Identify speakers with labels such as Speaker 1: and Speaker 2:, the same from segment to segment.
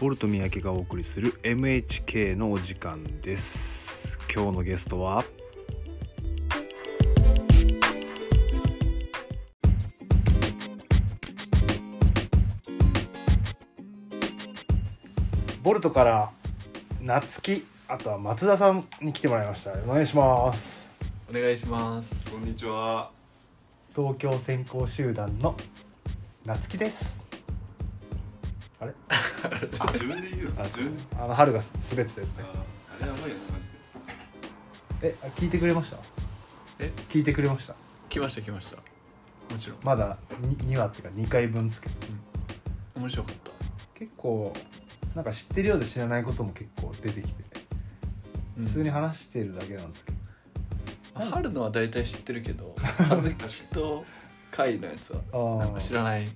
Speaker 1: ボルト三宅がお送りする MHK のお時間です今日のゲストは
Speaker 2: ボルトから夏希あとは松田さんに来てもらいましたお願いします
Speaker 3: お願いします
Speaker 4: こんにちは。
Speaker 2: 東京先行集団の夏希ですあれ
Speaker 4: あ、自分で言うの。あ、自分で。
Speaker 2: あの春が滑ってたやつ
Speaker 4: あ
Speaker 2: ね
Speaker 4: あれやばいよ、マジで。
Speaker 2: えあ聞いてくれました
Speaker 3: え
Speaker 2: 聞いてくれました
Speaker 3: 来ました来ましたもちろん
Speaker 2: まだ 2, 話っていうか2回分ですけど
Speaker 3: 面白かった
Speaker 2: 結構なんか知ってるようで知らないことも結構出てきて
Speaker 3: うん
Speaker 2: 普通に話してるだけなんですけど、
Speaker 3: あ春のは大体知ってるけど葉月と貝のやつは
Speaker 2: あ
Speaker 3: なんか知らないね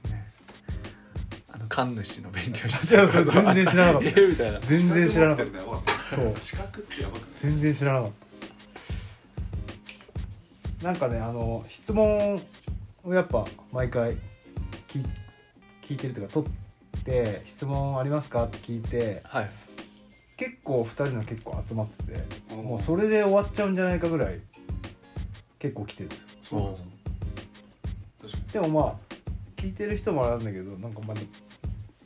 Speaker 3: あの神主の勉強して
Speaker 2: いや 全然知らなかった
Speaker 3: えみたいな
Speaker 2: 全然知らなかっ
Speaker 4: 資格持ってるね
Speaker 2: たそう
Speaker 4: おい資格ってやばくない。
Speaker 2: 全然知らなかったなんかねあの質問をやっぱ毎回聞い聞いてるというか取って質問ありますかって聞いて
Speaker 3: はい
Speaker 2: 結構2人の結構集まってて
Speaker 4: おー
Speaker 2: もうそれで終わっちゃうんじゃないかぐらい結構来てるんですよ
Speaker 4: そうなんですよ確かに。
Speaker 2: でもまあ聞いてる人もあるんだけどなんかまだ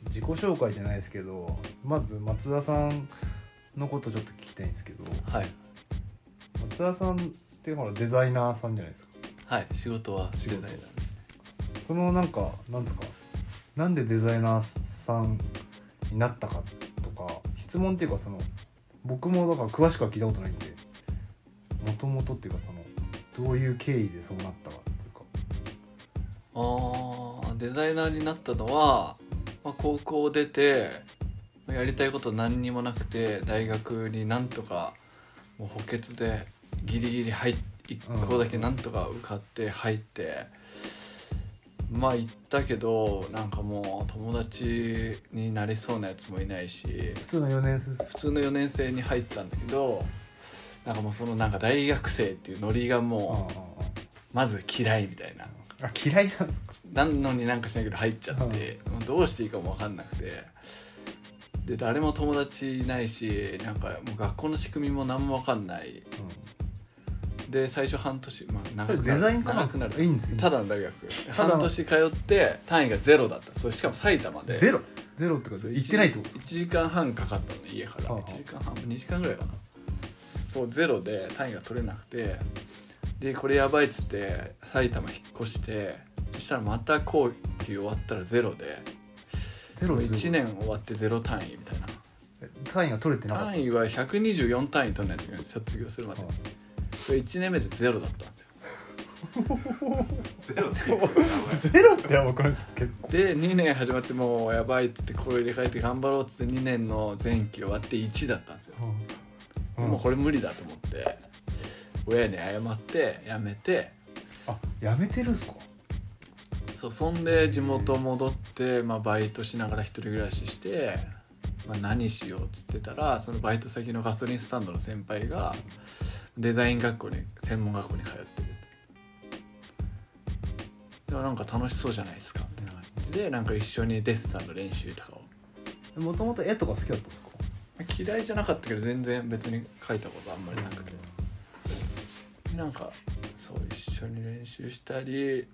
Speaker 2: 自己紹介じゃないですけどまず松田さんのことちょっと聞きたいんですけど
Speaker 3: はい
Speaker 2: 松田さんってほらデザイナーさんじゃないですか
Speaker 3: はい仕事は仕事なんです
Speaker 2: そのなんかなんですかなんでデザイナーさんになったかとか質問っていうかその僕もだから詳しくは聞いたことないんでもともとっていうかそのどういう経緯でそうなったかっていうか
Speaker 3: あーデザイナーになったのは、まあ、高校を出てまあやりたいこと何にもなくて大学になんとかもう補欠でギリギリ入っ1校だけなんとか受かって入って、まあ行ったけどなんかもう友達になりそうなやつもいないし
Speaker 2: 普通の4年生です
Speaker 3: 普通の4年生に入ったんだけどなんかもうそのなんか大学生っていうノリがもうまず嫌いみたいな。
Speaker 2: あ嫌いなんですか
Speaker 3: なんのになんかしないけど入っちゃって、どうしていいかも分かんなくてで誰も友達いないしなんかもう学校の仕組みも何も分かんないで最初半年まあ長くなる
Speaker 2: デザイン科なんで
Speaker 3: 長
Speaker 2: す
Speaker 3: く
Speaker 2: か
Speaker 3: なる
Speaker 2: いいんですよ
Speaker 3: ただの大学
Speaker 2: ただの
Speaker 3: 半年通って単位がゼロだったそれしかも埼玉で
Speaker 2: ゼロゼロってか
Speaker 3: そう
Speaker 2: 行ってないってことですか
Speaker 3: 1時間半かかったの家から
Speaker 2: はあはあ
Speaker 3: 1時間半2時間ぐらいかなそうゼロで単位が取れなくてでこれやばいっつって埼玉引っ越してそしたらまた後期終わったらゼロで
Speaker 2: ゼロ
Speaker 3: 1年終わってゼロ単位みたいな
Speaker 2: 単位が取れてなかった
Speaker 3: 単位は124単位取らないといけないんです卒業するまで
Speaker 2: は
Speaker 3: 1年目でゼロだったんですよ
Speaker 4: ゼロっていう名前。
Speaker 2: いゼロってやばくないですか結構
Speaker 3: で2年始まってもうやばいっつってこれ入れ替えて頑張ろうっつって2年の前期終わって1だったんですよ
Speaker 2: うん
Speaker 3: もうこれ無理だと思って親に謝ってやめて
Speaker 2: あやめてるんすか
Speaker 3: そうそんで地元戻って、まあ、バイトしながら一人暮らしして、まあ、何しようっつってたらそのバイト先のガソリンスタンドの先輩がデザイン学校に専門学校に通ってるでもなんか楽しそうじゃないですかみたいな感じでなんか一緒にデッサンの練習とかを
Speaker 2: もともと絵とか好きだったんですか
Speaker 3: 嫌いじゃなかったけど全然別に書いたことあんまりなくてでなんかそう一緒に練習したり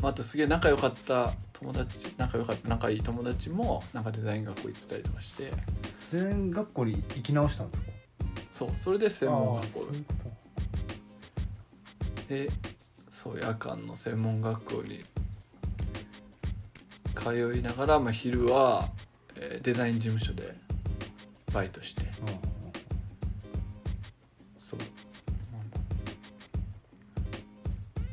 Speaker 3: まああとすげえ仲良かった友達仲良かった仲いい友達もなんかデザイン学校行ってたりとかして
Speaker 2: 全然学校に行き直したんですか
Speaker 3: そうそれで専門学校
Speaker 2: あーそういうこ
Speaker 3: でそう夜間の専門学校に通いながら、まあ、昼は、えーデザイン事務所でバイトして
Speaker 2: とうんうんうん
Speaker 3: そう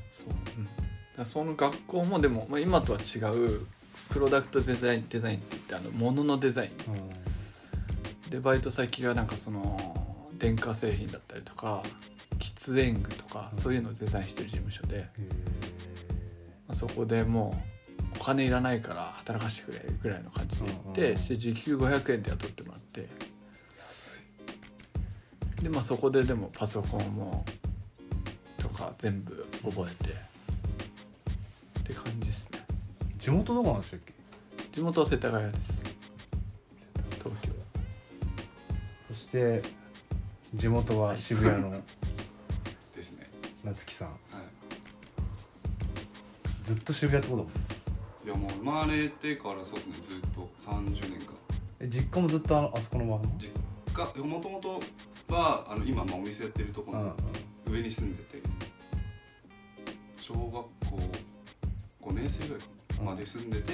Speaker 3: そう、うん、だからその学校もでも、まあ、今とは違うプロダクトデザインデザインって言ってあの物のデザインでバイト先がなんかその電化製品だったりとか喫煙具とかそういうのをデザインしてる事務所で、
Speaker 2: へ
Speaker 3: まあ、そこでもうお金いらないから働かせてくれぐらいの感じで行っ
Speaker 2: う
Speaker 3: て、
Speaker 2: んうんうん
Speaker 3: して時給500円で雇ってもらってでまあそこででもパソコンもとか全部覚えてって感じですね
Speaker 2: ー地元どこなんでしたっけ
Speaker 3: 地元は世田谷です
Speaker 2: して地元は渋谷の
Speaker 4: ですね
Speaker 2: 夏樹さん
Speaker 4: はい
Speaker 2: ずっと渋谷ってことだもん
Speaker 4: いやもう生まれてからそうですねずっと30年間
Speaker 2: え実家もずっとあのあそこのまま
Speaker 4: 実家もともとはあの今、まあ、お店やってるとこ
Speaker 2: うんうん
Speaker 4: の上に住んでて小学校5年生ぐらいかなまで住んでて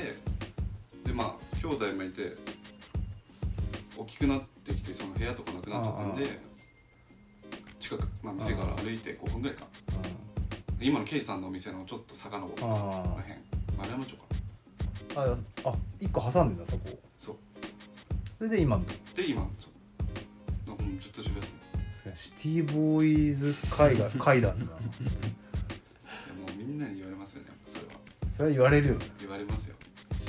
Speaker 4: でまあ兄弟もいて大きくなってきてその部屋とかなくなっちゃったんで
Speaker 2: うん
Speaker 4: 近く、まあ、店から歩いて5分ぐらいか今のケイさんのお店のちょっと遡ったこの
Speaker 2: あ
Speaker 4: 辺丸山町かな
Speaker 2: あああ一個挟んでんだそこ
Speaker 4: そう
Speaker 2: それで今の
Speaker 4: で今そうのうんずっと渋谷ですね
Speaker 2: シティボーイズ階 段階段だない
Speaker 4: やもうみんなに言われますよねやっぱそれは
Speaker 2: それは言われるよね
Speaker 4: 言われますよ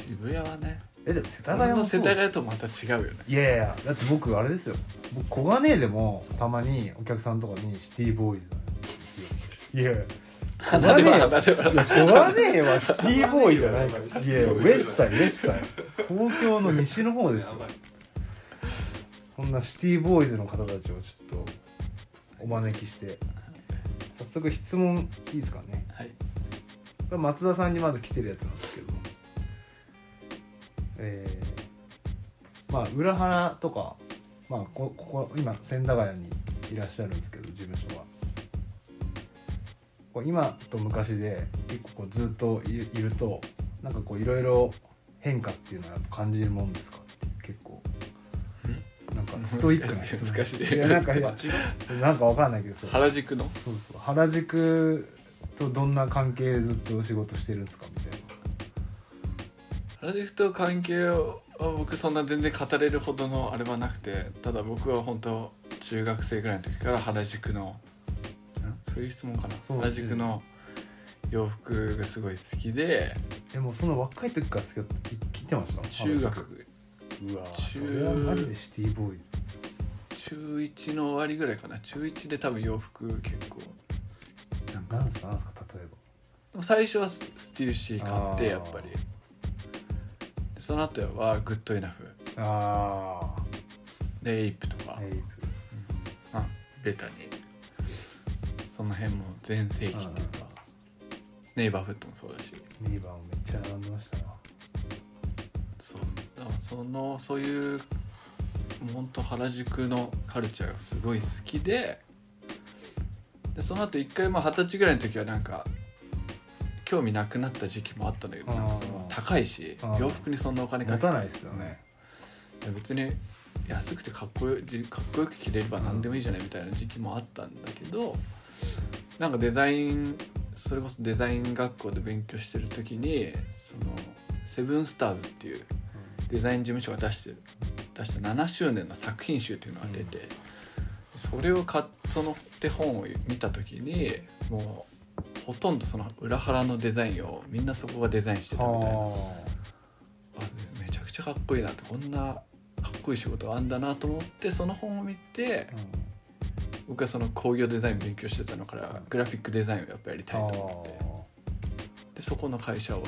Speaker 3: 渋谷はね
Speaker 2: えでも世田
Speaker 3: 俺
Speaker 2: 谷
Speaker 3: の
Speaker 2: も
Speaker 3: 世
Speaker 2: そう
Speaker 3: 田谷とまた違うよね
Speaker 2: いやいやいやだって僕あれですよ僕小金井でもたまにお客さんとかにシティボーイズだねいやいや
Speaker 3: 鼻では鼻では
Speaker 2: 小金井はシティボーイじゃないからいやいやウェッサイウェッサイ東京の西の方ですよ
Speaker 4: やばい
Speaker 2: こんなシティボーイズの方たちをちょっとお招きして早速質問いいですかね
Speaker 3: はい
Speaker 2: これ松田さんにまず来てるやつなんですけどえー、まあ裏腹とか、まあ、こここ今千駄ヶ谷にいらっしゃるんですけど事務所はこう今と昔で結構こうずっといいるとなんかこういろいろ変化っていうのはやっぱ感じるもんですか結構なんかストイックな質問
Speaker 3: 難しい
Speaker 2: やなんかいや
Speaker 4: 街の
Speaker 2: なんかわかんないけどそう
Speaker 3: 原宿の
Speaker 2: そうそう原宿とどんな関係でずっと仕事してるんですかみたい
Speaker 3: 原宿と関係を僕そんな全然語れるほどのあれはなくてただ僕は本当中学生ぐらいの時から原宿のんそういう質問かな
Speaker 2: そう
Speaker 3: 原宿の洋服がすごい好きで
Speaker 2: なでもその若い時から好きだった聞いてました
Speaker 3: 中学
Speaker 2: うわ
Speaker 3: 中
Speaker 2: それはマジでシティボーイ
Speaker 3: 中1の終わりぐらいかな中1で多分洋服結構なんか
Speaker 2: なんですかなんですか例え
Speaker 3: 最初はスステューシー買ってやっぱり
Speaker 2: あ
Speaker 3: でその後はグッドイナフ
Speaker 2: ばあ
Speaker 3: でエイプとか
Speaker 2: あエイプ
Speaker 3: あベタにその辺も全盛期っていうかネイバーフットもそうだし
Speaker 2: ミーバーもめっちゃ並んでましたな
Speaker 3: そうだからそのそういうもうほんと原宿のカルチャーがすごい好きででその後一回まあ二十歳ぐらいの時はなんか興味なくなった時期もあったんだけどなんかその
Speaker 2: あー
Speaker 3: 高いし
Speaker 2: あー
Speaker 3: 洋服にそんなお金か
Speaker 2: 持
Speaker 3: けて
Speaker 2: たないですよね
Speaker 3: いや別に安くてかっこよいかっこよく着れれば何でもいいじゃないみたいな時期もあったんだけどなんかデザインそれこそデザイン学校で勉強してる時にそのセブンスターズっていうデザイン事務所が出してる出した7周年の作品集っていうのが出て、それを買っその手本を見た時にもうほとんどその裏腹のデザインをみんなそこがデザインしてたみたいな。
Speaker 2: は
Speaker 3: あめちゃくちゃかっこいいなってこんなかっこいい仕事あんだなと思ってその本を見て
Speaker 2: あ
Speaker 3: 僕はその工業デザイン勉強してたのからグラフィックデザインをやっぱやりたいと思って
Speaker 2: あ
Speaker 3: でそこの会社を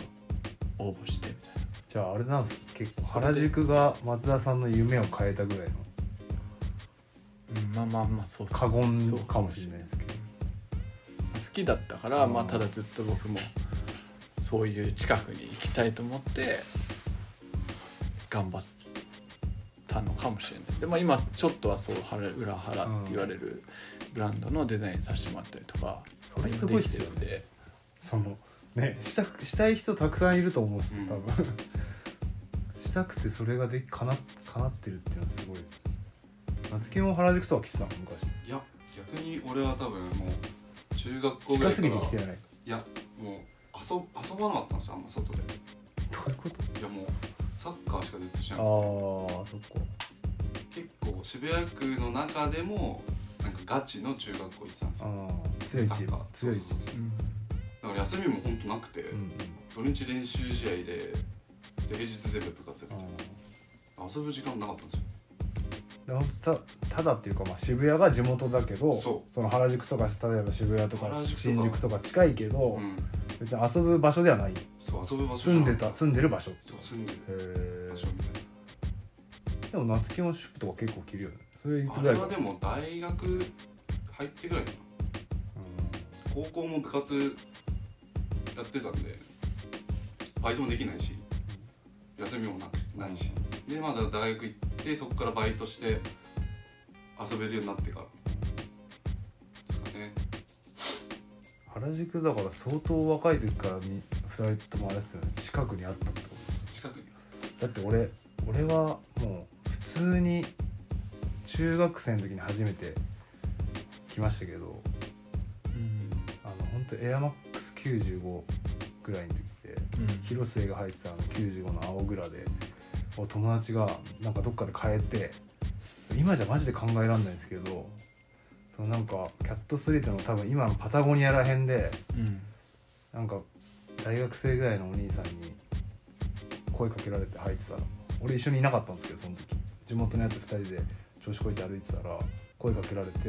Speaker 3: 応募してみたいな
Speaker 2: じゃああれなんです結構原宿が松田さんの夢を変えたぐらいの
Speaker 3: うんまあまあまあそうっす
Speaker 2: 過
Speaker 3: そ
Speaker 2: 言
Speaker 3: う
Speaker 2: かもしれないですけど
Speaker 3: 好きだったから
Speaker 2: うん
Speaker 3: まあただずっと僕もそういう近くに行きたいと思って頑張ったのかもしれないでまあ今ちょっとはそう「原裏原」って言われるブランドのデザインさせてもらったりとか、
Speaker 2: それ
Speaker 3: 今
Speaker 2: すごいっ
Speaker 3: でき
Speaker 2: す
Speaker 3: てる
Speaker 2: よ
Speaker 3: ん
Speaker 2: ね
Speaker 3: で。
Speaker 2: そのねしたくしたい人たくさんいると思うんですよ多分、 したくてそれができかなかなってるっていうのはすごいです夏希も原宿とは来てたの昔
Speaker 4: いや逆に俺は多分もう中学校ぐら
Speaker 2: 近
Speaker 4: いか
Speaker 2: すぎて
Speaker 4: らい
Speaker 2: 来てないど
Speaker 4: やもう遊遊ばなかったんですよあんま外でいう
Speaker 2: いうこと
Speaker 4: やもうサッカーしかずっとし
Speaker 2: あ
Speaker 4: なくて
Speaker 2: あーそっか
Speaker 4: 結構渋谷区の中でもなんかガチの中学校行ってたんです
Speaker 2: あ
Speaker 4: よ
Speaker 2: ー強いチ
Speaker 4: サッ
Speaker 2: ー
Speaker 4: カ
Speaker 2: ム
Speaker 4: ー
Speaker 2: 強いチ
Speaker 4: そうそうそう
Speaker 3: うん
Speaker 4: だから休みも本当なくて、
Speaker 2: ームうん
Speaker 4: 土日練習試合でで平日全部部活やっ
Speaker 2: うんあ
Speaker 4: て遊ぶ時間なかったんですよ
Speaker 2: ーでほんとたただっていうか、まあ、渋谷が地元だけど
Speaker 4: そ
Speaker 2: の原宿とか例えば渋谷とか
Speaker 4: 原宿とか
Speaker 2: 新宿とか近いけど、
Speaker 4: うん
Speaker 2: 別に遊ぶ場所ではない
Speaker 4: そう遊ぶ場所
Speaker 2: 住んで
Speaker 4: じゃ
Speaker 2: た
Speaker 4: なかっ
Speaker 2: 住んでる場所へ
Speaker 4: そう住んでる
Speaker 2: え
Speaker 4: 場所みたいな
Speaker 2: でも夏希もシュップとか結構着るよねそれいつ
Speaker 4: あ
Speaker 2: ぐら
Speaker 4: れ
Speaker 2: い
Speaker 4: は
Speaker 2: か
Speaker 4: でも大学入ってぐらいかな高校も部活やってたんでバイトもできないし休みもなくないしでまだ大学行ってそこからバイトして遊べるようになってからですかね
Speaker 2: うん原宿だから相当若い時からに2人ともあれですよね近くにあったってこ
Speaker 4: 近くに
Speaker 2: とだって俺俺はもう普通に中学生の時に初めて来ましたけどあの本当エアマックス95ぐらいの時で
Speaker 3: うん
Speaker 2: 広末が入ってたあの95の青グラでお友達がなんかどっかで変えて今じゃマジで考えられないんですけどそのなんかキャットストリートの多分今のパタゴニアらへんで
Speaker 3: うん
Speaker 2: なんか大学生ぐらいのお兄さんに声かけられて入ってたら俺一緒にいなかったんですけどその時地元のやつ2人で調子こいて歩いてたら声かけられて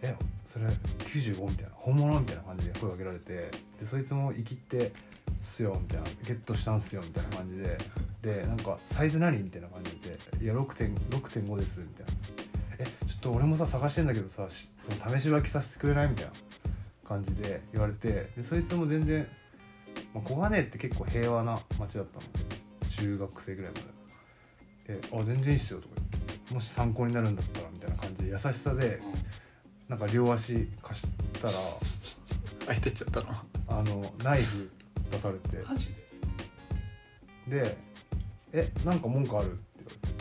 Speaker 2: 「えそれ95?」みたいな「本物?」みたいな感じで声かけられてでそいつも生きって「すよ」みたいな「ゲットしたんすよ」みたいな感じででなんか「サイズ何?」みたいな感じで「いや6.5 6.5です」みたいな「えちょっと俺もさ探してんだけどさし試し履きさせてくれない?」みたいな感じで言われてでそいつも全然、まあ、小金井って結構平和な町だったので中学生ぐらいまでで「あ全然いいっすよ」とか言って「もし参考になるんだったら」みたいな感じで優しさでなんか両足貸したら
Speaker 3: 開いてっちゃったの
Speaker 2: あのナイフ出されて
Speaker 4: うんマジで
Speaker 2: で「えなんか文句ある?」って言われ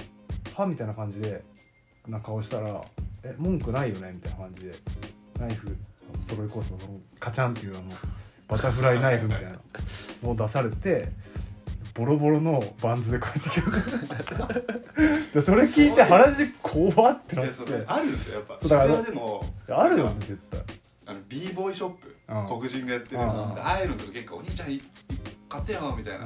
Speaker 2: て「は?」みたいな感じでな顔したら「え文句ないよね?」みたいな感じでナイフ揃いコースのこのカチャンっていうあのバタフライナイフみたいなのを出されてボロボロのバンズで帰ってき たでそれ聞いて原宿怖って
Speaker 4: い
Speaker 2: なっ
Speaker 4: やそれ
Speaker 2: て
Speaker 4: あるんですよやっぱ
Speaker 2: そう
Speaker 4: 渋
Speaker 2: だから
Speaker 4: 谷でも
Speaker 2: あるよね絶対
Speaker 4: あの b ボーイショップ
Speaker 2: うん
Speaker 4: 黒人がやってる
Speaker 2: うん
Speaker 4: ああいうのとか結構「お兄ちゃんいい買ってよ」みたいな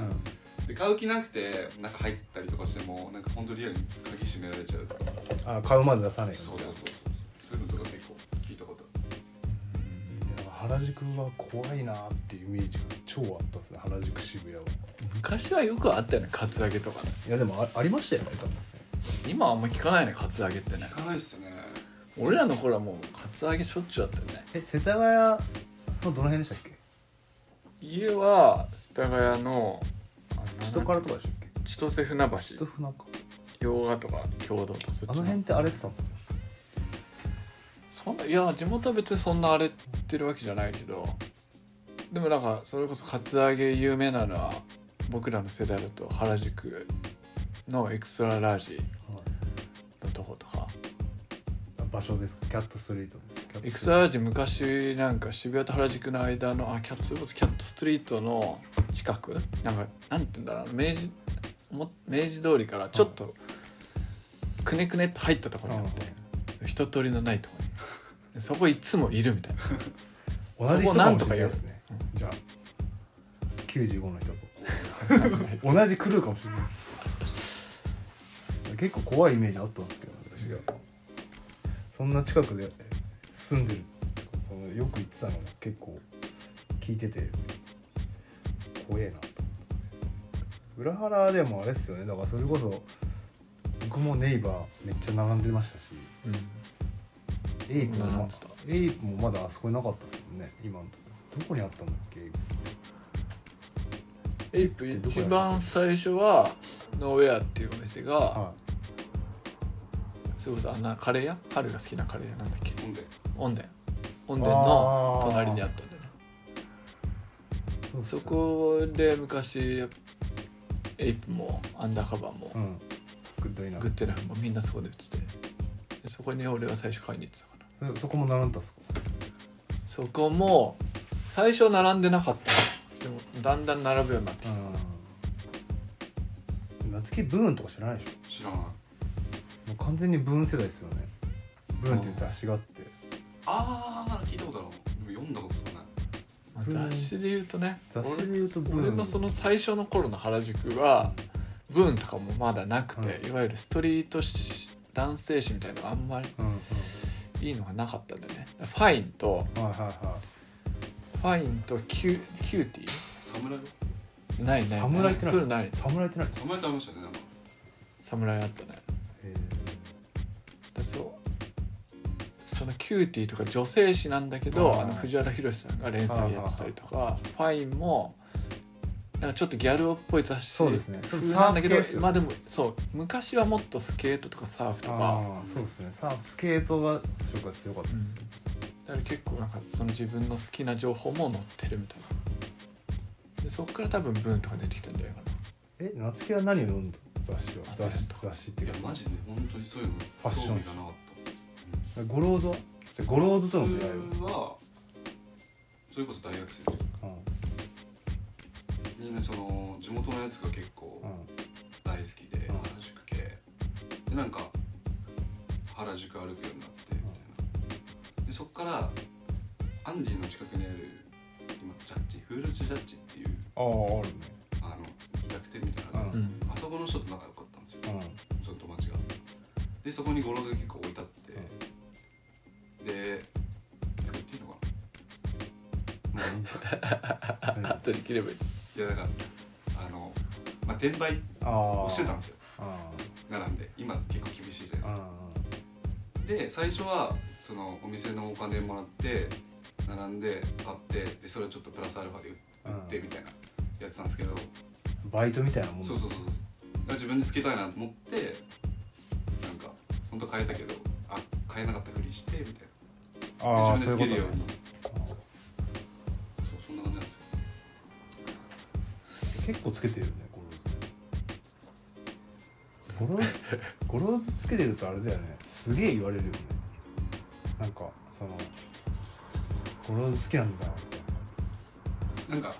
Speaker 4: で買う気なくてなんか入ったりとかしてもなんか本当リアルに鍵閉められちゃうとか
Speaker 2: あ買うまで出さねえよ
Speaker 4: そうそうそうそうそういうのとか結構聞いたことあ
Speaker 2: い
Speaker 4: る
Speaker 2: や原宿は怖いなっていうイメージが超あったんですね原宿渋谷は
Speaker 3: 昔はよくあったよねカツアゲとかね
Speaker 2: いやでもあありましたよね多分
Speaker 3: 今はあんま聞かないねカツアゲってね
Speaker 4: 聞かないっすね
Speaker 3: 俺らの頃はもうカツアゲしょっちゅうだったよね
Speaker 2: え世田谷のどの辺でしたっけ
Speaker 3: 家は世田谷のあ
Speaker 2: 人からとかでしたっけ
Speaker 3: 千歳船
Speaker 2: 人
Speaker 3: 橋
Speaker 2: 船か
Speaker 3: 洋画とか共同とかそっち
Speaker 2: あの辺って荒れてたんですか
Speaker 3: そんないや地元は別にそんな荒れてるわけじゃないけどでもなんかそれこそカツアゲ有名なのは僕らの世代だと原宿のエクストララージのとことか
Speaker 2: あ場所ですかキャットストリート
Speaker 3: エクストララージ昔なんか渋谷と原宿の間のあキャットそれこそキャットストリートの近くなんかなんて言うんだろう明治も明治通りからちょっとくねくねっと入ったところにあって人通りのないところにそこいつもいるみたいな
Speaker 2: 同じ
Speaker 3: そ
Speaker 2: 人
Speaker 3: こな
Speaker 2: か
Speaker 3: ん
Speaker 2: も
Speaker 3: と
Speaker 2: し
Speaker 3: か
Speaker 2: れ
Speaker 3: 言
Speaker 2: な
Speaker 3: う
Speaker 2: いですねじゃあ95の人と 同じクルーかもしれない結構怖いイメージあったんですけど私がそんな近くで住んでるってそのよく言ってたのも結構聞いてて怖えなと思って裏腹でもあれっすよねだからそれこそ僕もネイバーめっちゃ並んでましたしエイプも
Speaker 3: 並
Speaker 2: ま
Speaker 3: んでた
Speaker 2: エイプもまだあそこになかったですもんね今のとこどこにあったんだっけエイプ
Speaker 3: エイプ一番最初はノーウェアっていうお店が
Speaker 2: は
Speaker 3: それこそあんなカレー屋春が好きなカレー屋なんだっけ
Speaker 4: ほんで
Speaker 3: オンデンオンデンの隣にあったんだよね
Speaker 2: いそうっす
Speaker 3: そ
Speaker 2: よ
Speaker 3: こで昔エイプもアンダーカバーも
Speaker 2: うんグッドイナ
Speaker 3: グッデラフもみんなそこで売っててでそこに俺は最初買いに行ってたから
Speaker 2: そそこも並んだんですか
Speaker 3: そこも最初並んでなかったでもだんだん並ぶようになって
Speaker 2: うん夏木ブーンとか知らないでし
Speaker 4: 知らない
Speaker 2: ょもう完全にブーン世代ですよねブーンっていう雑誌があって
Speaker 4: ああ聞いたことあるでも読んだこととかない
Speaker 3: まあ雑誌で言うとね
Speaker 2: 雑誌で言うとブーン
Speaker 3: 俺のその最初の頃の原宿はブーンとかもまだなくて、いわゆるストリートし男性誌みたいなのがあんまり
Speaker 2: うんうん
Speaker 3: いいのがなかったんだよねファインと
Speaker 2: はいはいは
Speaker 3: ファインとキュキューティ
Speaker 4: 侍よ
Speaker 3: ーないない
Speaker 2: 侍ってない
Speaker 3: そういうのない
Speaker 2: い侍って何
Speaker 4: 侍ってありましたよねなんか
Speaker 3: 侍あったね
Speaker 2: え
Speaker 3: そのキューティーとか女性誌なんだけど、
Speaker 2: はい
Speaker 3: あの藤原宏さんが連載やってたりとか、ファインもなんかちょっとギャル男っぽい雑誌
Speaker 2: そうですね
Speaker 3: 風なんだけど
Speaker 2: ちょっとサーフ系ですよね
Speaker 3: まあでもそう昔はもっとスケートとかサーフとか、
Speaker 2: ああそうですねさあスケートが強かった強かった
Speaker 3: う
Speaker 2: です
Speaker 3: ん、だから結構なんかその自分の好きな情報も載ってるみたいなでそっから多分文とか出てきたんじゃないかな
Speaker 2: え夏希は何を読んだ雑誌は
Speaker 3: 朝
Speaker 2: 雑誌
Speaker 3: 鮮とか
Speaker 2: 雑誌ってい
Speaker 4: い
Speaker 2: う
Speaker 4: や
Speaker 2: か
Speaker 4: マジで本当にそういうの
Speaker 2: ァッショ
Speaker 4: 興
Speaker 2: ン
Speaker 4: 味がなかっ
Speaker 2: ゴロードはゴロードと
Speaker 4: た
Speaker 2: の
Speaker 4: 僕
Speaker 2: 出会い
Speaker 4: はそれこそ大学生
Speaker 2: は
Speaker 4: にねその地元のやつが結構
Speaker 2: うんうん
Speaker 4: 大好きで
Speaker 2: うん
Speaker 4: 原宿系でなんか原宿歩くようになってみたいなでそっからアンディの近くにある今ジャッジフールズジャッジっていう
Speaker 2: あああるね
Speaker 4: あの楽天みたいなのがあるんですよ
Speaker 3: うん
Speaker 4: あそこの人と仲良かったんですよ
Speaker 2: うん
Speaker 4: その友達がでそこにゴロズが結構置いてあって、でこれ言っていいのかなもう
Speaker 3: あとで切ればいい
Speaker 4: いやだからあの、まあ、転売
Speaker 2: あ
Speaker 4: を
Speaker 2: あ
Speaker 4: してたんですよ
Speaker 2: あ
Speaker 4: 並んで今結構厳しいじゃ
Speaker 2: あ
Speaker 4: ないですかで最初はそのお店のお金もらって並んで買ってでそれをちょっとプラスアルファで売ってみたいなやってたんですけど
Speaker 2: バイトみたいなもん
Speaker 4: そうそうそうそうだから自分でつけたいなと思ってなんか本当買えたけどあ買えなかったふりしてみたいな
Speaker 2: ああ
Speaker 4: 自
Speaker 2: そう
Speaker 4: 分で
Speaker 2: い
Speaker 4: つける
Speaker 2: う
Speaker 4: よ
Speaker 2: こ
Speaker 4: う
Speaker 2: と
Speaker 4: に
Speaker 2: ね
Speaker 4: そうそんな感じなんですよ
Speaker 2: 結構つけてるよねゴ ロードゴロードゴロードつけてるとあれだよねすげえ言われるよねなんかそのゴロード好きなんだみたいな
Speaker 4: なんか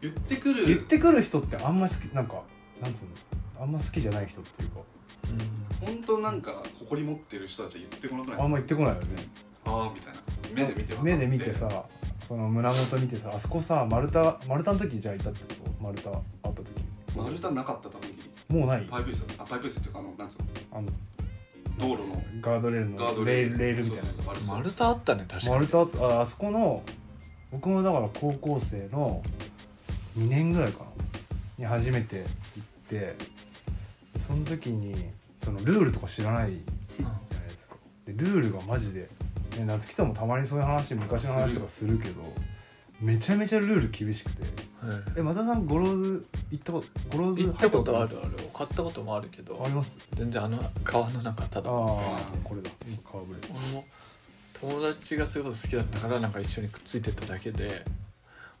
Speaker 4: 言ってくる
Speaker 2: 言ってくる人ってあんま好きなんかなんつうのあんま好きじゃない人っていうか
Speaker 4: 本当なんか誇り持ってる人たちは言ってこなくない
Speaker 2: あんま言ってこないよね
Speaker 4: ああみたいな目で見て
Speaker 2: 目で見てさその胸元見てさあそこさ丸太丸太の時じゃあいたってこと丸太あった時
Speaker 4: 丸太なかった多分ギリ
Speaker 2: もうない
Speaker 4: パイプ椅子あパイプ椅子っていうかあのなんつう
Speaker 2: あの
Speaker 4: の道路の
Speaker 2: ガードレール
Speaker 4: ガード
Speaker 2: のレ
Speaker 4: レ
Speaker 2: ー
Speaker 4: ー
Speaker 2: ル
Speaker 4: ル
Speaker 2: レールみたいな
Speaker 4: そうそうそう
Speaker 3: 丸太あったね確かに
Speaker 2: 丸太ああそこの僕もだから高校生の2年ぐらいかなに初めて行ってその時にそのルールとか知らないじゃないですかでルールがマジで、ね、夏希ともたまにそういう話昔の話とかするけどめちゃめちゃルール厳しくて
Speaker 3: うんはい
Speaker 2: え松田さんゴローズ行ったことゴローズ
Speaker 3: 行ったことあ
Speaker 2: 入
Speaker 3: るある買ったこともあるけ
Speaker 2: た
Speaker 3: ど
Speaker 2: ことあります
Speaker 3: 全然あの川の中た
Speaker 2: あ
Speaker 3: だ俺
Speaker 2: あこれだ
Speaker 3: うん
Speaker 2: 顔ぶれ
Speaker 3: も友達がそういうこと好きだったからなんか一緒にくっついてただけで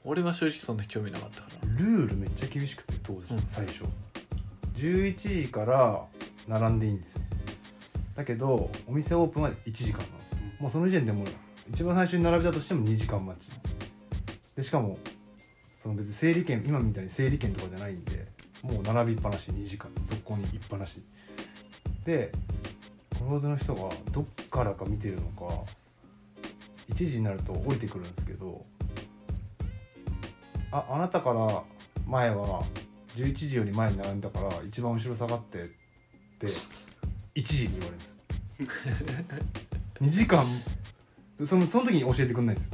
Speaker 3: 俺は正直そんな興味なかったから
Speaker 2: ルールめっちゃ厳しくて当時
Speaker 3: うん
Speaker 2: 最初11時から並んでいいんですよだけどお店オープンは1時間なんですよもうその時点でもう一番最初に並べたとしても2時間待ちでしかもその別に整理券今みたいに整理券とかじゃないんでもう並びっぱなし2時間速攻にいっぱなしでゴローズの人がどっからか見てるのか1時になると降りてくるんですけどああなたから前は11時より前に並んだから一番後ろ下がってって1時に言われるんですよ2時間そのその時に教えてくれないんですよ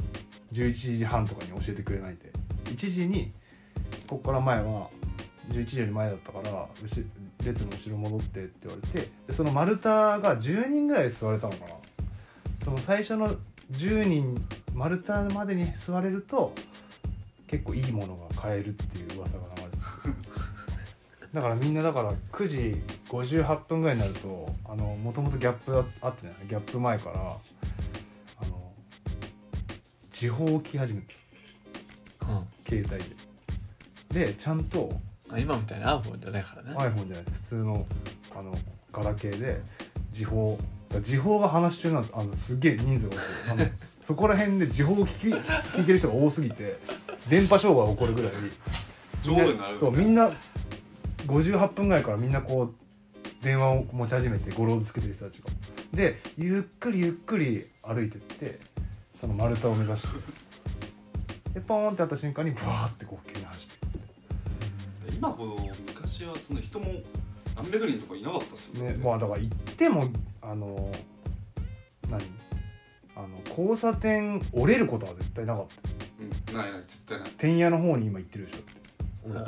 Speaker 2: 11時半とかに教えてくれないで1時にここから前は11時より前だったからうし列の後ろ戻ってって言われてでその丸太が10人ぐらい座れたのかなその最初の10人丸太までに座れると結構いいものが買えるっていう噂が流れてるだからみんなだから9時58分ぐらいになるとあのもともとギャップああったじゃないギャップ前からあの時報を聞き始めて携帯ででちゃんと
Speaker 3: うんあ今みたいなアーボンじゃないからね
Speaker 2: iPhone じゃない普通のあのガラケーで時報だから時報が話し中なんですあのすっげえ人数が多いあのそこら辺で時報を聞き聞いてる人が多すぎて電波障害が起こるぐらい
Speaker 4: ちょうどになる
Speaker 2: そうみんな58分ぐらいからみんなこう電話を持ち始めてゴローズつけてる人たちがでゆっくりゆっくり歩いてってその丸太を目指してでポーンってやった瞬間にブワーってこう急に走ってく
Speaker 4: 今ほど昔はその人も何百人とかいなかったっすよ
Speaker 2: ねまあだから行ってもあの何あの交差点折れることは絶対なかった
Speaker 4: うんないない絶対ない
Speaker 2: 天野の方に今行ってるでしょって
Speaker 3: うん
Speaker 2: あ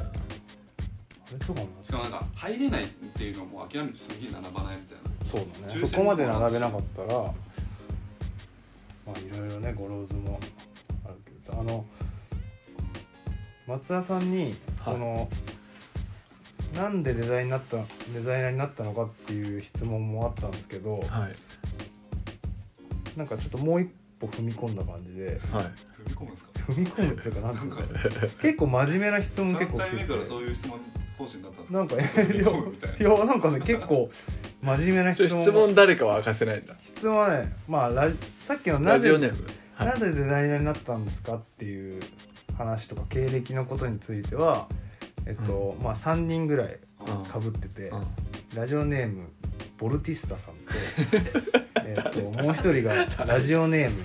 Speaker 2: れとかも
Speaker 4: しかもなんか入れないっていうのも諦めてその日並ばないみたいな
Speaker 2: そうだね
Speaker 4: 抽選
Speaker 2: そこまで並べなかったらまあいろいろねゴローズもあるけどあの松田さんに
Speaker 3: はい
Speaker 2: その、なんでデザインになったデザイナーになったのかっていう質問もあったんですけど、
Speaker 3: はい
Speaker 2: なんかちょっともう一歩踏み込んだ感じで
Speaker 3: はい
Speaker 4: 踏み込むんですか
Speaker 2: 踏み込むっていうかなんていうんで
Speaker 4: なんか
Speaker 2: すか結構真面目な質問結
Speaker 4: 3
Speaker 2: 構
Speaker 4: 回
Speaker 2: て
Speaker 4: 目
Speaker 2: て
Speaker 4: からそういう質問方針だったんですか
Speaker 2: なんかい
Speaker 4: ちょっと踏み込むみたいな
Speaker 2: やなんかね結構真面目な質
Speaker 3: それ
Speaker 2: 問
Speaker 3: 質問誰かは明かせないんだ
Speaker 2: 質問はねまあラジさっきのな
Speaker 3: ラ
Speaker 2: ぜ
Speaker 3: ジオネームはい
Speaker 2: なぜデザイナーになったんですかっていう話とか経歴のことについては、えっとまあ、3人ぐらい
Speaker 4: あ
Speaker 2: かぶってて、
Speaker 3: うん
Speaker 2: ラジオネームボルティスタさんと えっともう一人がラジオネーム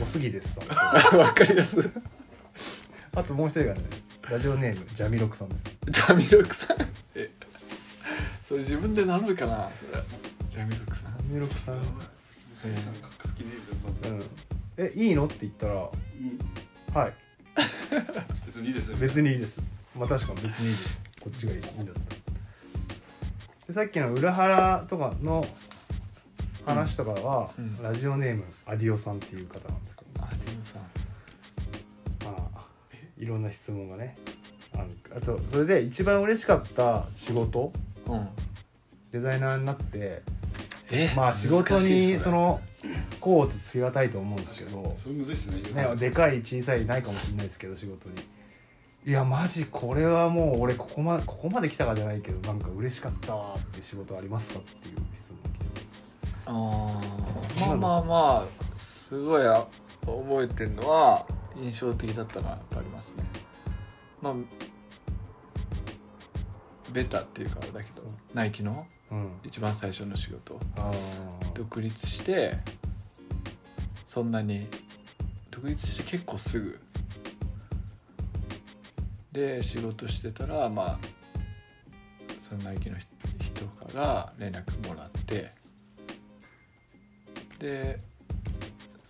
Speaker 2: おすぎですさんと
Speaker 3: わかりやすい
Speaker 2: あともう一人がねラジオネームジャミロクさんです
Speaker 3: ジャミロクさんえそれ自分で名乗るかなそれジャミロクさ
Speaker 2: ジャミロクさん、
Speaker 4: やばい娘さんか好きねえ
Speaker 2: う
Speaker 4: だよま
Speaker 2: ん、えいいのって言ったら「
Speaker 4: ずいい
Speaker 2: はい
Speaker 4: 別にいいですよ
Speaker 2: 別にいいですまあ確かに別にいいですこっちがいいんだったでさっきの裏腹とかの話とかは、
Speaker 3: うんうん
Speaker 2: ラジオネームアディオさんっていう方なんですけ
Speaker 3: んあでもさ
Speaker 2: ど、
Speaker 3: ん
Speaker 2: まあ、いろんな質問がねあるあとそれで一番嬉しかった仕事
Speaker 3: うん
Speaker 2: デザイナーになって
Speaker 3: え
Speaker 2: まあ仕事にそ
Speaker 3: の
Speaker 2: のこうとつけがたいと思うんです
Speaker 4: 確
Speaker 2: け
Speaker 4: か
Speaker 2: ど、
Speaker 4: にそれむずいっすね言う
Speaker 2: ね、
Speaker 4: の
Speaker 2: でかい小さいないかもしれないですけど仕事にいやマジこれはもう俺ここまここまで来たかじゃないけどなんか嬉しかったわーって仕事ありますかっていう質問来て
Speaker 3: あーまあまあまあすごいあ覚えてるのは印象的だったのはやっぱありますねまあベタっていうかあれだけどナイキの
Speaker 2: ますうん
Speaker 3: 一番最初の仕事
Speaker 2: あ
Speaker 3: 独立してそんなに独立して結構すぐで仕事してたらまあそのナイキの人人から連絡もらってで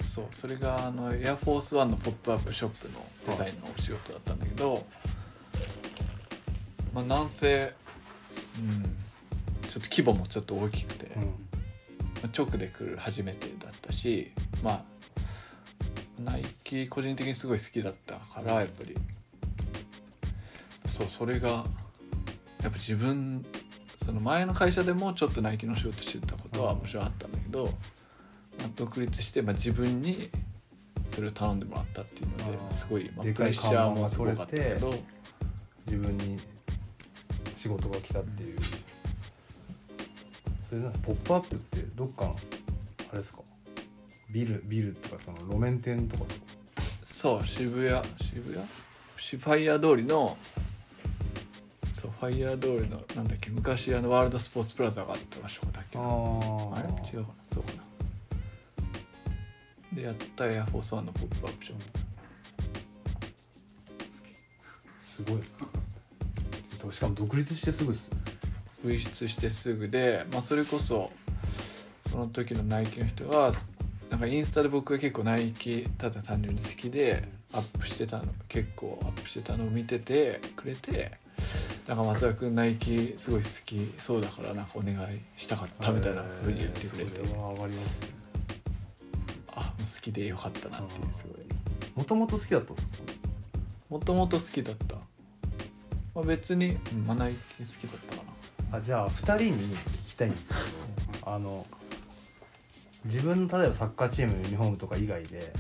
Speaker 3: そうそれがあのエアフォースワンのポップアップショップのデザインのお仕事だったんだけど、まあなんせ、うん、ちょっと規模もちょっと大きくて。
Speaker 2: ーうん
Speaker 3: 直で来る初めてだったしまあナイキ個人的にすごい好きだったからやっぱりそうそれがやっぱ自分その前の会社でもちょっとナイキの仕事してたことは
Speaker 2: うん
Speaker 3: もちろんあったんだけど、まあ独立して、まあ、自分にそれを頼んでもらったっていうので
Speaker 2: あー
Speaker 3: すごい、まあ、
Speaker 2: で
Speaker 3: プ
Speaker 2: か
Speaker 3: レッ
Speaker 2: い
Speaker 3: シ
Speaker 2: 看
Speaker 3: ャ
Speaker 2: 板
Speaker 3: ーも
Speaker 2: が
Speaker 3: すご
Speaker 2: 取れ
Speaker 3: か
Speaker 2: て
Speaker 3: ったけど
Speaker 2: 自分に仕事が来たっていう、それなんかポップアップってどっかのあれですかビルビルとかその路面店とかですか
Speaker 3: そう渋谷渋谷しファイヤー通りのそうファイヤー通りのなんだっけ昔あのワールドスポーツプラザがあった場所だっけな
Speaker 2: あ
Speaker 3: あれ違うかなそうかなでやったエアフォースワンのポップアップション
Speaker 2: すごいしかも独立してすぐっす
Speaker 3: 流出してすぐで、まあ、それこそその時のナイキの人がなんかインスタで僕が結構ナイキただ単純に好きでアップしてたの結構アップしてたのを見ててくれてなんか松田君ナイキすごい好きそうだからなんかお願いしたかったみたいなふうに言ってくれて
Speaker 2: それは上がりますね
Speaker 3: あもう好きでよかったなっていうすごい
Speaker 2: もともと好きだったんですか
Speaker 3: もともと好きだった、まあ、別に、うんまあ、ナイキ好きだったかな
Speaker 2: あじゃあ2人に聞きたいんですけどあの自分の例えばサッカーチームのユニフォームとか以外で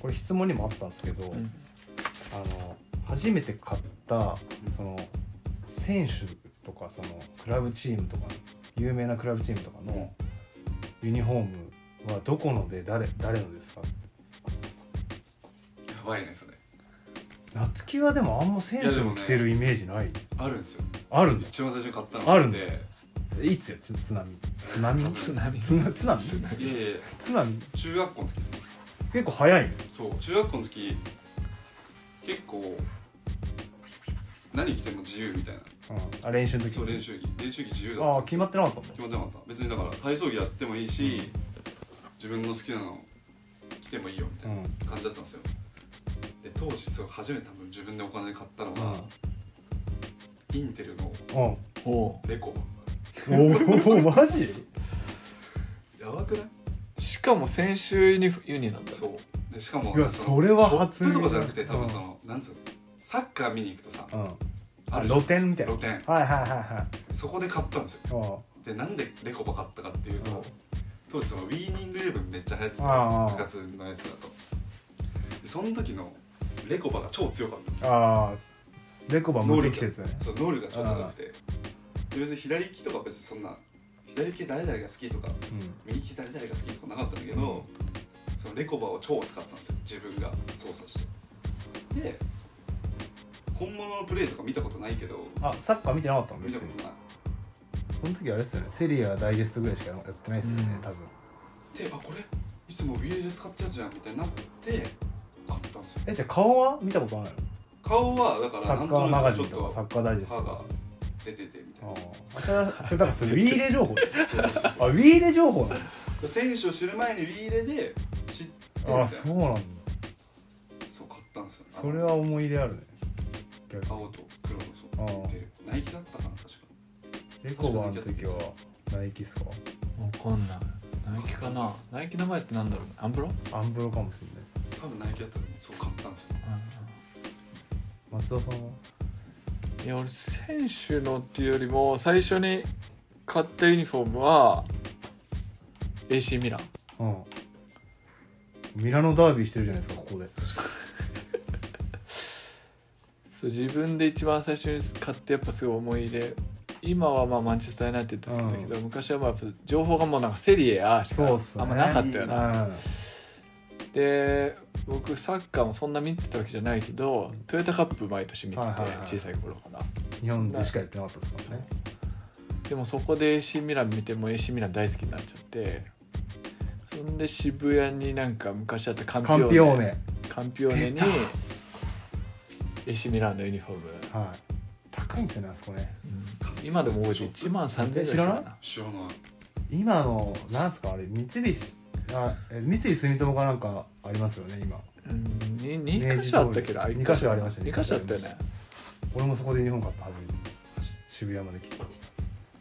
Speaker 2: これ質問にもあったんですけど、
Speaker 3: うん、うん
Speaker 2: あの初めて買ったその選手とかそのクラブチームとか有名なクラブチームとかのユニフォームはどこので誰誰のですか
Speaker 4: やばいねそれ
Speaker 2: 夏希はでもあんま選手も着てるイメージない
Speaker 4: あるんですよ
Speaker 2: あるんだ
Speaker 4: 一番最初に買ったの
Speaker 2: あるんだ
Speaker 4: で
Speaker 2: いつやちょ津波津波
Speaker 3: 津波
Speaker 2: 津波津波
Speaker 4: いやいや
Speaker 2: 津波
Speaker 4: 中学校の時ですね
Speaker 2: 結構早いね
Speaker 4: そう中学校の時結構何着ても自由みたいな
Speaker 2: あ練習の時
Speaker 4: そう練習着練習着自由だ
Speaker 2: ああ
Speaker 4: った
Speaker 2: 決まってなかったんだ
Speaker 4: 決まってなかった別にだから体操着やってもいいし自分の好きなの着てもいいよみたいな感じだったんですよで当時すごい初めて多分自分でお金で買ったのがインテルの
Speaker 2: うんうん
Speaker 3: おう
Speaker 4: レコ
Speaker 2: おおマジ
Speaker 4: やばくない
Speaker 3: しかも先週ユニフユニなんだね
Speaker 4: そうでしかも
Speaker 2: いや
Speaker 4: の
Speaker 2: それは
Speaker 4: ショッ
Speaker 2: 初
Speaker 4: プとかじゃなくて多
Speaker 2: うん
Speaker 4: 分その、なんつうのサッカー見に行くとさ
Speaker 2: うん
Speaker 4: あるじゃん
Speaker 2: 露店みたいな
Speaker 4: 露店
Speaker 2: はいはいはい
Speaker 4: そこで買ったんですよ
Speaker 2: はい
Speaker 4: でなんでレコバ買ったかっていうと、
Speaker 2: うん
Speaker 4: 当時そのウィーニングイレブンめっちゃ流行ってた
Speaker 2: あ
Speaker 4: の
Speaker 2: あ
Speaker 4: 部活のやつだとでその時のレコバが超強かったんですよ
Speaker 2: ああレコバ無
Speaker 4: 能力
Speaker 2: 適切だね
Speaker 4: そう能力が超高くてで別に左利きとか別にそんな左利き誰々が好きとか
Speaker 2: うん
Speaker 4: 右利き誰々が好きとかなかったんだけど、そのレコバを超使ってたんですよ自分が操作してで本物のプレーとか見たことないけど
Speaker 2: あサッカー見てなかったの
Speaker 4: 見
Speaker 2: 別
Speaker 4: た
Speaker 2: に
Speaker 4: ことない
Speaker 2: その時あれですよねセリアダイジェストぐらいしかやってないですよね
Speaker 3: うん
Speaker 2: 多分
Speaker 4: であこれいつもビールで使ったやつじゃんみたいになって買ったんですよ
Speaker 2: えじゃあ顔は見たことないの
Speaker 4: 顔はだから
Speaker 2: サ
Speaker 4: な
Speaker 2: ッ
Speaker 4: ん
Speaker 2: カ
Speaker 4: と
Speaker 2: ーマ
Speaker 4: な
Speaker 2: ガ
Speaker 4: くち
Speaker 2: ジ
Speaker 4: ょ
Speaker 2: ンとか
Speaker 4: っと
Speaker 2: サッカーダイジェスト
Speaker 4: 歯
Speaker 2: と
Speaker 4: が
Speaker 2: か
Speaker 4: 出ててみた
Speaker 2: あ
Speaker 4: いな
Speaker 2: あそれはそれだからそれウィーレ情報です
Speaker 4: そうそうそう
Speaker 2: あウィーレ情報なの
Speaker 4: そう選手を知る前にウィーレで知ってみたい
Speaker 2: あ
Speaker 4: な
Speaker 2: あそうなんだ
Speaker 4: そう買ったんですよ
Speaker 2: それは思い入れあるね逆に
Speaker 4: 青と黒の
Speaker 2: あ
Speaker 4: そう
Speaker 2: あ
Speaker 4: 出てるナイキだったかな確か
Speaker 2: レコバの時はナイキっすか
Speaker 3: わかんないナイキかなナイキの前ってなんだろうねアンブロ、
Speaker 2: アンブロかもしれない
Speaker 4: 多分ナイキだったかなそう買ったんですよ
Speaker 2: 松田さんはい
Speaker 3: や俺選手のっていうよりも最初に買ったユニフォームは AC ミラン
Speaker 2: うんミラノダービーしてるじゃないですかここで
Speaker 3: そう自分で一番最初に買ってやっぱすごい思い入れ今はまあマンチェスター・ユナイテッドするんだけど、昔はまあやっぱ情報がもうなんかセリエ A しか
Speaker 2: そうっすね
Speaker 3: あんまなかったよな、
Speaker 2: うん
Speaker 3: で僕サッカーもそんな見てたわけじゃないけどトヨタカップ毎年見てて
Speaker 2: はいはいはい
Speaker 3: 小さい頃かな、
Speaker 2: 日本でしかやってなかったですからね
Speaker 3: でもそこで AC ミラン見てもう AC ミラン大好きになっちゃってそんで渋谷になんか昔あったカンピ
Speaker 2: カ
Speaker 3: オ
Speaker 2: ンピオ
Speaker 3: ー
Speaker 2: ー
Speaker 3: ネ
Speaker 2: ネ
Speaker 3: カンピオーネに
Speaker 4: 出た
Speaker 3: AC ミランのユニフォーム、
Speaker 2: はい高いんですよねあそこね
Speaker 3: うん今でも覚えてる1万3000円
Speaker 2: 知らない
Speaker 4: 知らない
Speaker 2: 今のなんすかあれ三菱あえ三井住友かなんかありますよね今
Speaker 3: うんに2箇所あったけど
Speaker 2: 明治通り
Speaker 3: 一
Speaker 2: 二箇所ありましたね
Speaker 3: 2箇所あったよね
Speaker 2: 俺もそこで日本買ったはず渋谷まで来て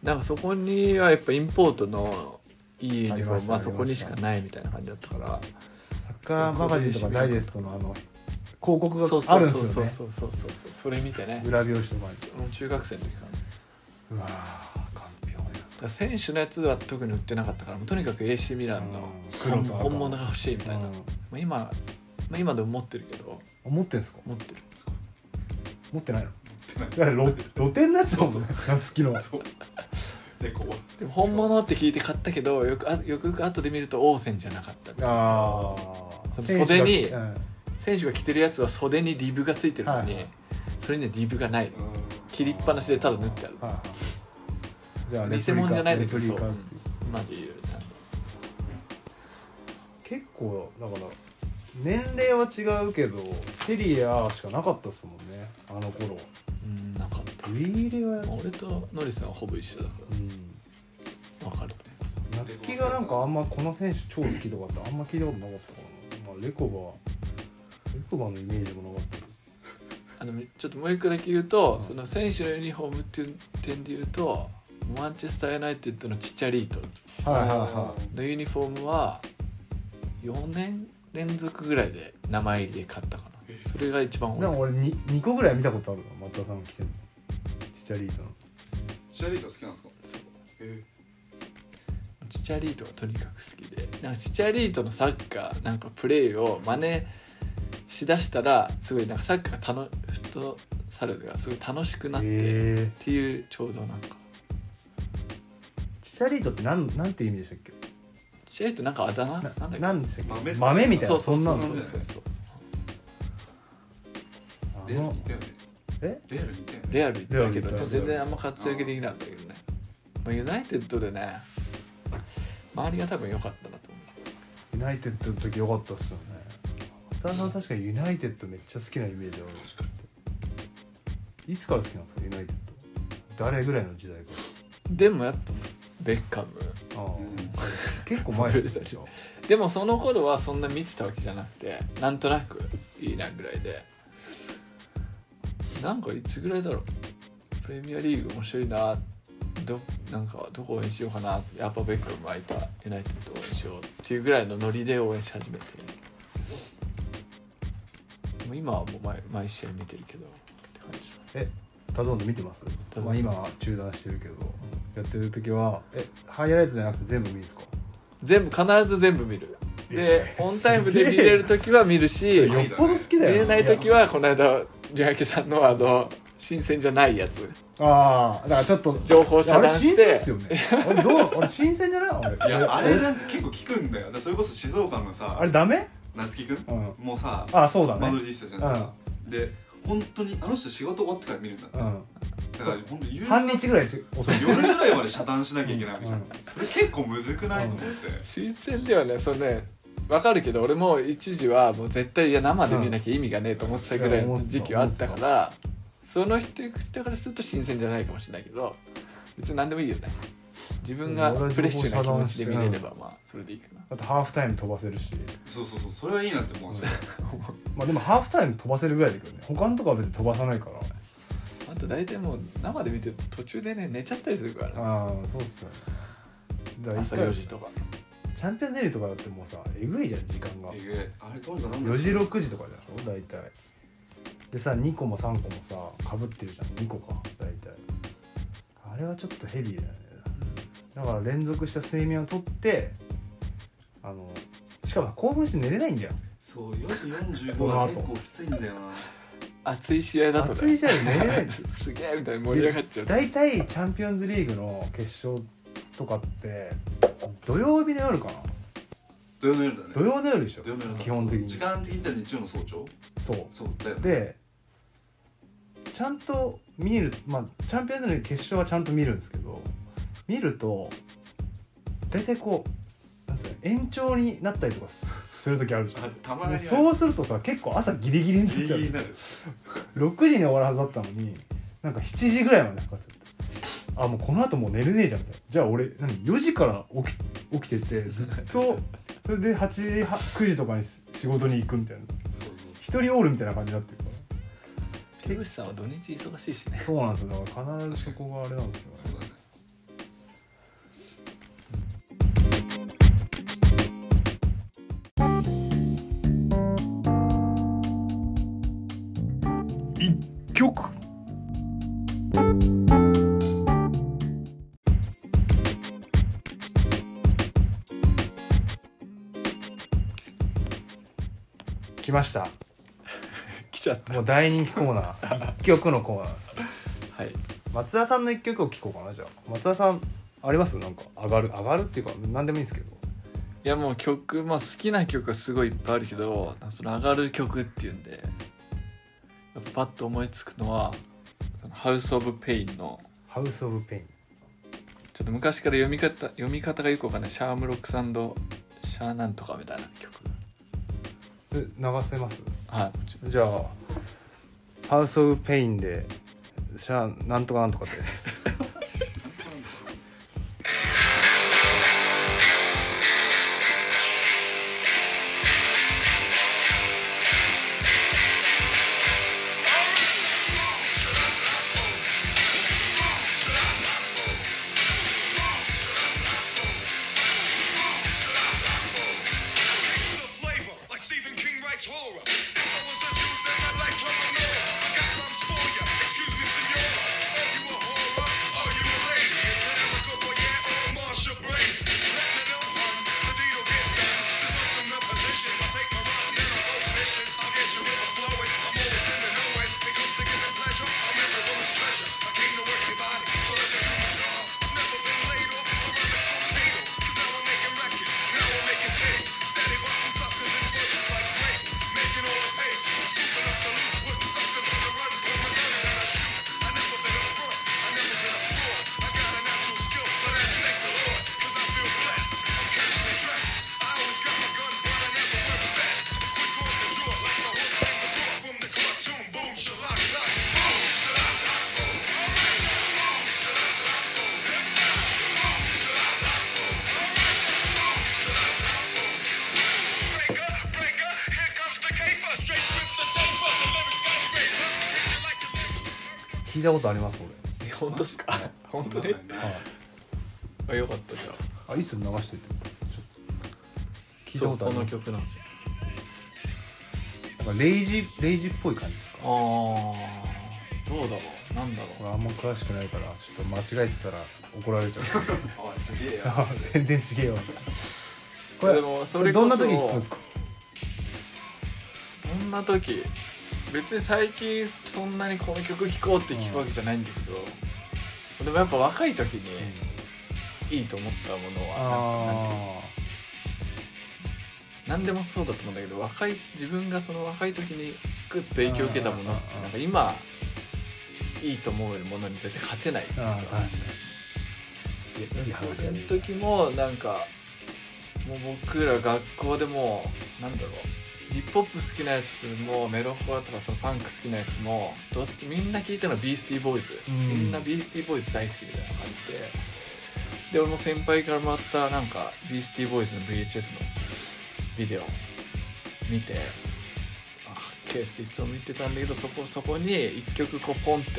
Speaker 3: なんかそこにはやっぱインポートのいいユニフォームは
Speaker 2: ありました
Speaker 3: そこにしかないみたいな感じだったから
Speaker 2: サッカーマガジンとかダイジェストのあの広告
Speaker 3: そう
Speaker 2: があ
Speaker 3: そう
Speaker 2: るん
Speaker 3: そう
Speaker 2: です
Speaker 3: そ
Speaker 2: よ
Speaker 3: う
Speaker 2: ね
Speaker 3: そうそうそうそうそれ見てね
Speaker 2: 裏表紙とかに
Speaker 3: もう中学生の時かな
Speaker 2: うわーかんぴょうね
Speaker 3: だから選手のやつは特に売ってなかったからもうとにかく AC ミランの
Speaker 2: うん黒と
Speaker 3: 本
Speaker 2: 赤
Speaker 3: 本物が欲しいみたいな、
Speaker 2: うん
Speaker 3: まあ、今、まあ、今でも持ってるけど
Speaker 2: 持ってんすか
Speaker 3: 持ってる
Speaker 2: 持ってないの
Speaker 4: 持っ
Speaker 2: だから露露店のやつだもんね夏希の
Speaker 4: てないそうでこう
Speaker 3: でも本物って聞いて買ったけどよくあよくよく後で見るとオーセンじゃなかったみたいな
Speaker 2: あ
Speaker 3: そ
Speaker 2: あ
Speaker 3: の袖に
Speaker 2: うん
Speaker 3: 選手が着てるやつは袖にリブがついてるのに、
Speaker 2: はいはい
Speaker 3: それにはリブがない
Speaker 4: うん
Speaker 3: 切りっぱなしでただ縫ってある
Speaker 2: はいはいじゃあレプリカ
Speaker 3: 偽物じゃないんだけど
Speaker 2: レプリカ
Speaker 3: そう今で言うより
Speaker 2: 結構だから年齢は違うけどセリエ A しかなかったっすもんねあの頃
Speaker 3: うんなかった
Speaker 2: ウィーレはやっ
Speaker 3: まあ俺とノリさんはほぼ一緒だか
Speaker 2: うん
Speaker 3: ら分かるね
Speaker 2: 夏希がなんかあんまこの選手超好きとかってあんま聞いたことなかったからな、まあ、レコバレコバのイメージもなかったけど
Speaker 3: あのちょっともう一個だけ言うと、
Speaker 2: うん
Speaker 3: その選手のユニフォームっていう点で言うとマンチェスター・ユナイテッドのチッチャリート
Speaker 2: はいはいは
Speaker 3: のユニフォームは4年連続ぐらいで名前入りで買ったか
Speaker 4: え
Speaker 3: なそれが一番
Speaker 2: いなんか
Speaker 3: 多い
Speaker 2: 俺 2, 2個ぐらい見たことあるな松田さんが来てるのちっちゃいリートの
Speaker 4: チアリーダー好きなんですか
Speaker 3: そう
Speaker 4: え
Speaker 3: チッチャリートがとにかく好きでなんかチッチャリートのサッカーなんかプレーを真似しだしたらすごいなんかサッカーが楽フットサルがすごい楽しくなって、
Speaker 2: え
Speaker 3: っていうちょうどなんか
Speaker 2: ちっちゃいリートってなんなんて意味でしたっけ
Speaker 3: チッチャリートなんかあだ名なんだっ
Speaker 2: な
Speaker 3: け
Speaker 2: なんでしたっけ
Speaker 4: 豆
Speaker 2: 豆みたい
Speaker 3: そう
Speaker 2: な
Speaker 3: そ
Speaker 2: そ
Speaker 3: うん
Speaker 2: な
Speaker 3: そ
Speaker 2: の
Speaker 3: う
Speaker 4: な
Speaker 3: そう
Speaker 4: んだよ
Speaker 3: そうそう
Speaker 2: あ
Speaker 4: レアル
Speaker 2: の
Speaker 4: 似たよね
Speaker 2: え
Speaker 4: レアル似たよね
Speaker 3: レアル行ったけ
Speaker 2: レアル行
Speaker 3: ど
Speaker 2: った
Speaker 3: 全然あんま活躍できなかったけどねまあユナイテッドでね周りが多分良かったなと思
Speaker 2: ユナイテッドの時良かったっすよね松田さんは確かにユナイテッドめっちゃ好きなイメージある
Speaker 4: 確か
Speaker 2: いつから好きなんですかユナイテッド誰ぐらいの時代か
Speaker 3: うでもやっぱベッカム
Speaker 2: らああ、
Speaker 4: にうん
Speaker 2: 結構前ですよ
Speaker 3: でもその頃はそんな見てたわけじゃなくてなんとなくいいなぐらいでなんかいつぐらいだろうプレミアリーグ面白いなっどなんかどこ応援しようかなやっぱベック巻いたユナイテッド応援しようっていうぐらいのノリで応援し始めてもう今はもう毎毎試合見てるけどって感じ
Speaker 2: えダゾーンで見てます
Speaker 3: ダゾーン
Speaker 2: まあ、今は中断してるけどやってる時はえハイライトじゃなくて全部見るんですか
Speaker 3: 全部必ず全部見るでオンタイムで見
Speaker 2: すげえな
Speaker 3: れる時は見るし
Speaker 4: よ
Speaker 2: よっぽど好き
Speaker 3: 見
Speaker 2: だよ
Speaker 3: れない時はこの間三宅さんのあの新鮮じゃないやつ
Speaker 2: ああだからちょっと
Speaker 3: 情報遮
Speaker 2: あれ
Speaker 3: 断
Speaker 2: 新
Speaker 3: し
Speaker 2: 鮮です
Speaker 3: て
Speaker 2: よねあれどうあれ新鮮じゃないあ
Speaker 4: い
Speaker 2: れ
Speaker 4: やあれなんか結構聞くんだよだからそれこそ静岡のさ
Speaker 2: あれダメ
Speaker 4: 夏樹くん
Speaker 2: うん
Speaker 4: もうさ
Speaker 2: あそうだ
Speaker 4: マド
Speaker 2: ね
Speaker 4: リーディスタじゃないですか、で本当にあの人仕事終わってから見るんだって、
Speaker 2: う
Speaker 4: だ
Speaker 2: ん
Speaker 4: から本当夕
Speaker 2: 半日ぐらいち遅い
Speaker 4: 夜ぐらいまで遮断しなきゃいけないわけじゃん、
Speaker 2: うん
Speaker 4: それ結構むずくないと思って、
Speaker 3: 新鮮ではねそれねわかるけど俺も一時はもう絶対いや生で見なきゃ意味がねえと思ってたぐらいの時期はあったからその人からすると新鮮じゃないかもしれないけど別に何でもいいよね自分がフレッシュな気持ちで見れればまあそれでいいかな
Speaker 2: だってハーフタイム飛ばせるし
Speaker 4: そうそうそうそれはいいなって思うんですよ、
Speaker 2: まあでもハーフタイム飛ばせるぐらいだけどね他のとこは別に飛ばさないから
Speaker 3: あと大体もう生で見てると途中でね寝ちゃったりするからね
Speaker 2: ああそうっすよねだから一
Speaker 3: 朝
Speaker 2: 回
Speaker 3: 4時とか
Speaker 2: チャンピオンデリーとかだってもうさえぐいじゃん時間が
Speaker 4: えぐいあれどうにかなんない
Speaker 2: 4時6時とかでしょ大体でさ2個も3個もさかぶってるじゃん2個か大体あれはちょっとヘビーだよねだから連続した睡眠をとってあのしかも興奮して寝れないんだよ
Speaker 4: そう4時45は結構きついんだよな
Speaker 3: 熱い試合だと
Speaker 2: 暑い試合寝れ ないんだよ
Speaker 3: すげえみたいに盛り上がっちゃう
Speaker 2: 大体チャンピオンズリーグの決勝とかって土曜日の夜かな
Speaker 4: 土曜の夜だね
Speaker 2: 土曜の夜でしょ
Speaker 4: 土曜の夜だ
Speaker 2: 基本的に
Speaker 4: 時間的に言ったら日曜の早朝
Speaker 2: そう
Speaker 4: そうだよね
Speaker 2: でちゃんと見る、まあ、チャンピオンズリーグ決勝はちゃんと見るんですけど見ると大体こうなんていうの延長になったりとかする時あるじゃ
Speaker 4: あ
Speaker 2: ん
Speaker 4: れたまにある
Speaker 2: そうするとさ結構朝ギリギリになっ
Speaker 4: ギリ
Speaker 2: ち
Speaker 4: ギ
Speaker 2: ゃう
Speaker 4: リになる
Speaker 2: 6時に終わるはずだったのになんか7時ぐらいまでかかっちゃってあもうこの後もう寝れねえじゃんみたいなじゃあ俺何4時から起き起きててずっとそれで8時は9時とかに仕事に行くみたいな
Speaker 4: そうそう
Speaker 2: 一人オールみたいな感じになってるから
Speaker 3: 樋口さんは土日忙しいしね
Speaker 2: そうなんですよだから必ずそこがあれなんですよ
Speaker 4: そうだね
Speaker 1: 一曲
Speaker 2: 来ました
Speaker 3: 来ちゃった
Speaker 2: もう大人気コーナー一曲のコーナーです
Speaker 3: はい
Speaker 2: 松田さんの一曲を聴こうかなじゃあ松田さんありますなんか上がる上がるっていうか何でもいいんですけど
Speaker 3: いやもう曲まあ好きな曲がすごいいっぱいあるけどその上がる曲っていうんでやっぱパッと思いつくのは「そのハウス・オブ・ペイン」の
Speaker 2: 「ハウス・オブ・ペイン
Speaker 3: ちょっと昔から読み方読み方がよくわかんない「シャームロックサンドシャーなんとか」みたいな曲」
Speaker 2: それ流せます
Speaker 3: はいもちろん
Speaker 2: じゃあ「ハウス・オブ・ペイン」で「シャーなんとかなんと か」です
Speaker 5: Kings the flavor, like Stephen King writes horror. If I was a Jew, then I'd like to ignore. I got rhymes for ya. Excuse me, senora. Are you a horror? Are you a lady? Is it Erica Boyer or Marsha Brady? Let me know, hun. The deed'll get done. Just listen to position. I'll take my rock and I'll go fishing. I'll get your river flowing. I'm always in the knowing. It comes to giving pleasure. I'm every woman's treasure. I came to work your body, so let me do my job. Never been laid off. My rhyme is complete. Cause now I'm making records. Now I'm making tapes. Steady busting suckers and bitches like grapes. Making all the tapes. Scooping up the loot. Putting suckers on the run. Put my gun and I shoot. I never been up front. I never been up front. I got a natural skill for that. Thank the Lord. Cause I feel blessed. I'm casually dressed. I always got my gun, but I never wear the vest. Quick on the draw like my horse in the car. From the cartoon. Boom, shalak, lock, boom, shalak, lock, boom. Boom, shalak, lock, boom. Boom, shalak, lock, boom. Boom, shalak, lock, boom. Breaker, breaker, here comes the caper. Straight with the taper, the lyric skyscraper. Hit you like a
Speaker 2: 聞いたことあります俺
Speaker 3: い本当ですか本当に
Speaker 2: はい
Speaker 3: あよかったじゃあ
Speaker 2: あいいっすね流しといてち
Speaker 3: そ
Speaker 2: ょ
Speaker 3: う
Speaker 2: っと
Speaker 3: こ
Speaker 2: 聞いたことある
Speaker 3: の曲なんですよ
Speaker 2: なんかレイジレイジっぽい感じですか
Speaker 3: あーどうだろうなんだろ
Speaker 2: これあんま詳しくないからちょっと間違えてたら怒られちゃう
Speaker 4: あすげえや
Speaker 2: あ 全然違えわこ
Speaker 3: で
Speaker 2: れ
Speaker 3: もそ
Speaker 2: こ
Speaker 3: れ
Speaker 2: れ
Speaker 3: こそ
Speaker 2: どんな時に聞くんですか
Speaker 3: うこんな時別に最近そんなにこの曲聴こうって聞くわけじゃないんだけど、でもやっぱ若い時にいいと思ったものはなんかなんていうの
Speaker 2: あ
Speaker 3: 何でもそうだと思うんだけど若い自分がその若い時にグッと影響を受けたものってなんか今いいと思うものに対して勝てないっていう
Speaker 2: あ
Speaker 3: か
Speaker 2: ああ確か
Speaker 3: で
Speaker 2: いい
Speaker 3: 高
Speaker 2: 話
Speaker 3: 校
Speaker 2: だ
Speaker 3: の
Speaker 2: ね
Speaker 3: 時もなんかもう僕ら学校でもなんだろうヒップホップ好きなやつもメロコアとかそのファンク好きなやつもどっちみんな聞いたのはビースティーボーイズ、
Speaker 2: うん
Speaker 3: みんなビースティーボーイズ大好きみたいな感じでで俺も先輩からもらったなんかビースティーボーイズの VHS のビデオ見てあケースでいつも見てたんだけどそこそこに1曲こうポンって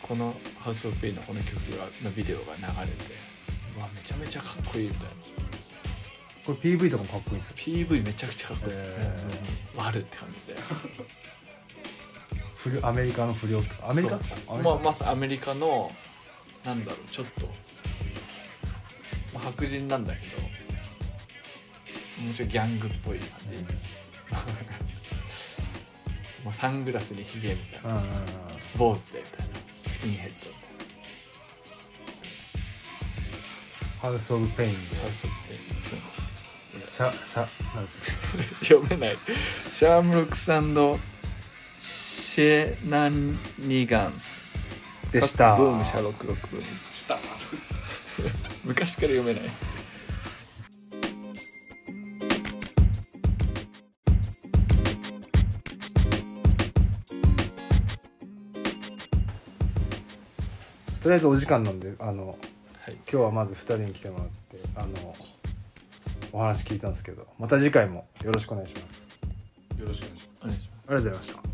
Speaker 3: この「ハウス・オブ・ペイン」のこの曲がのビデオが流れてうわめちゃめちゃかっこいいみたいな
Speaker 2: にこれ PV とかもかっこいいんですよ
Speaker 3: PV めちゃくちゃかっこいいですよね
Speaker 2: へ
Speaker 3: 割るって感じで
Speaker 2: 不良アメリカの不良とかアメリカ
Speaker 3: そう
Speaker 2: アメリ
Speaker 3: ま
Speaker 2: カ
Speaker 3: あまずアメリカのなんだろうちょっと、まあ、白人なんだけどもうちょいギャングっぽい感じ、 もうサングラスにヒゲみたいな
Speaker 2: うんうんうん
Speaker 3: 坊主でみたいなスキンヘッドみたいな
Speaker 2: ハウス・オブ・ペインで
Speaker 3: ハウス・オブ・ペインそうなんですよ
Speaker 2: シャシャなんですか
Speaker 3: 読めないシャームロックさんのシェナニガンス
Speaker 2: でした
Speaker 3: ブームシャロックロックブーム
Speaker 4: したと
Speaker 3: 昔から読めない
Speaker 2: とりあえずお時間なんであの
Speaker 3: はい
Speaker 2: 今日はまず2人に来てもらってあのお話聞いたんですけどまた次回もよろしくお願いします
Speaker 4: よろしくお願
Speaker 3: お願い
Speaker 4: いします
Speaker 3: します
Speaker 2: ありがとうございました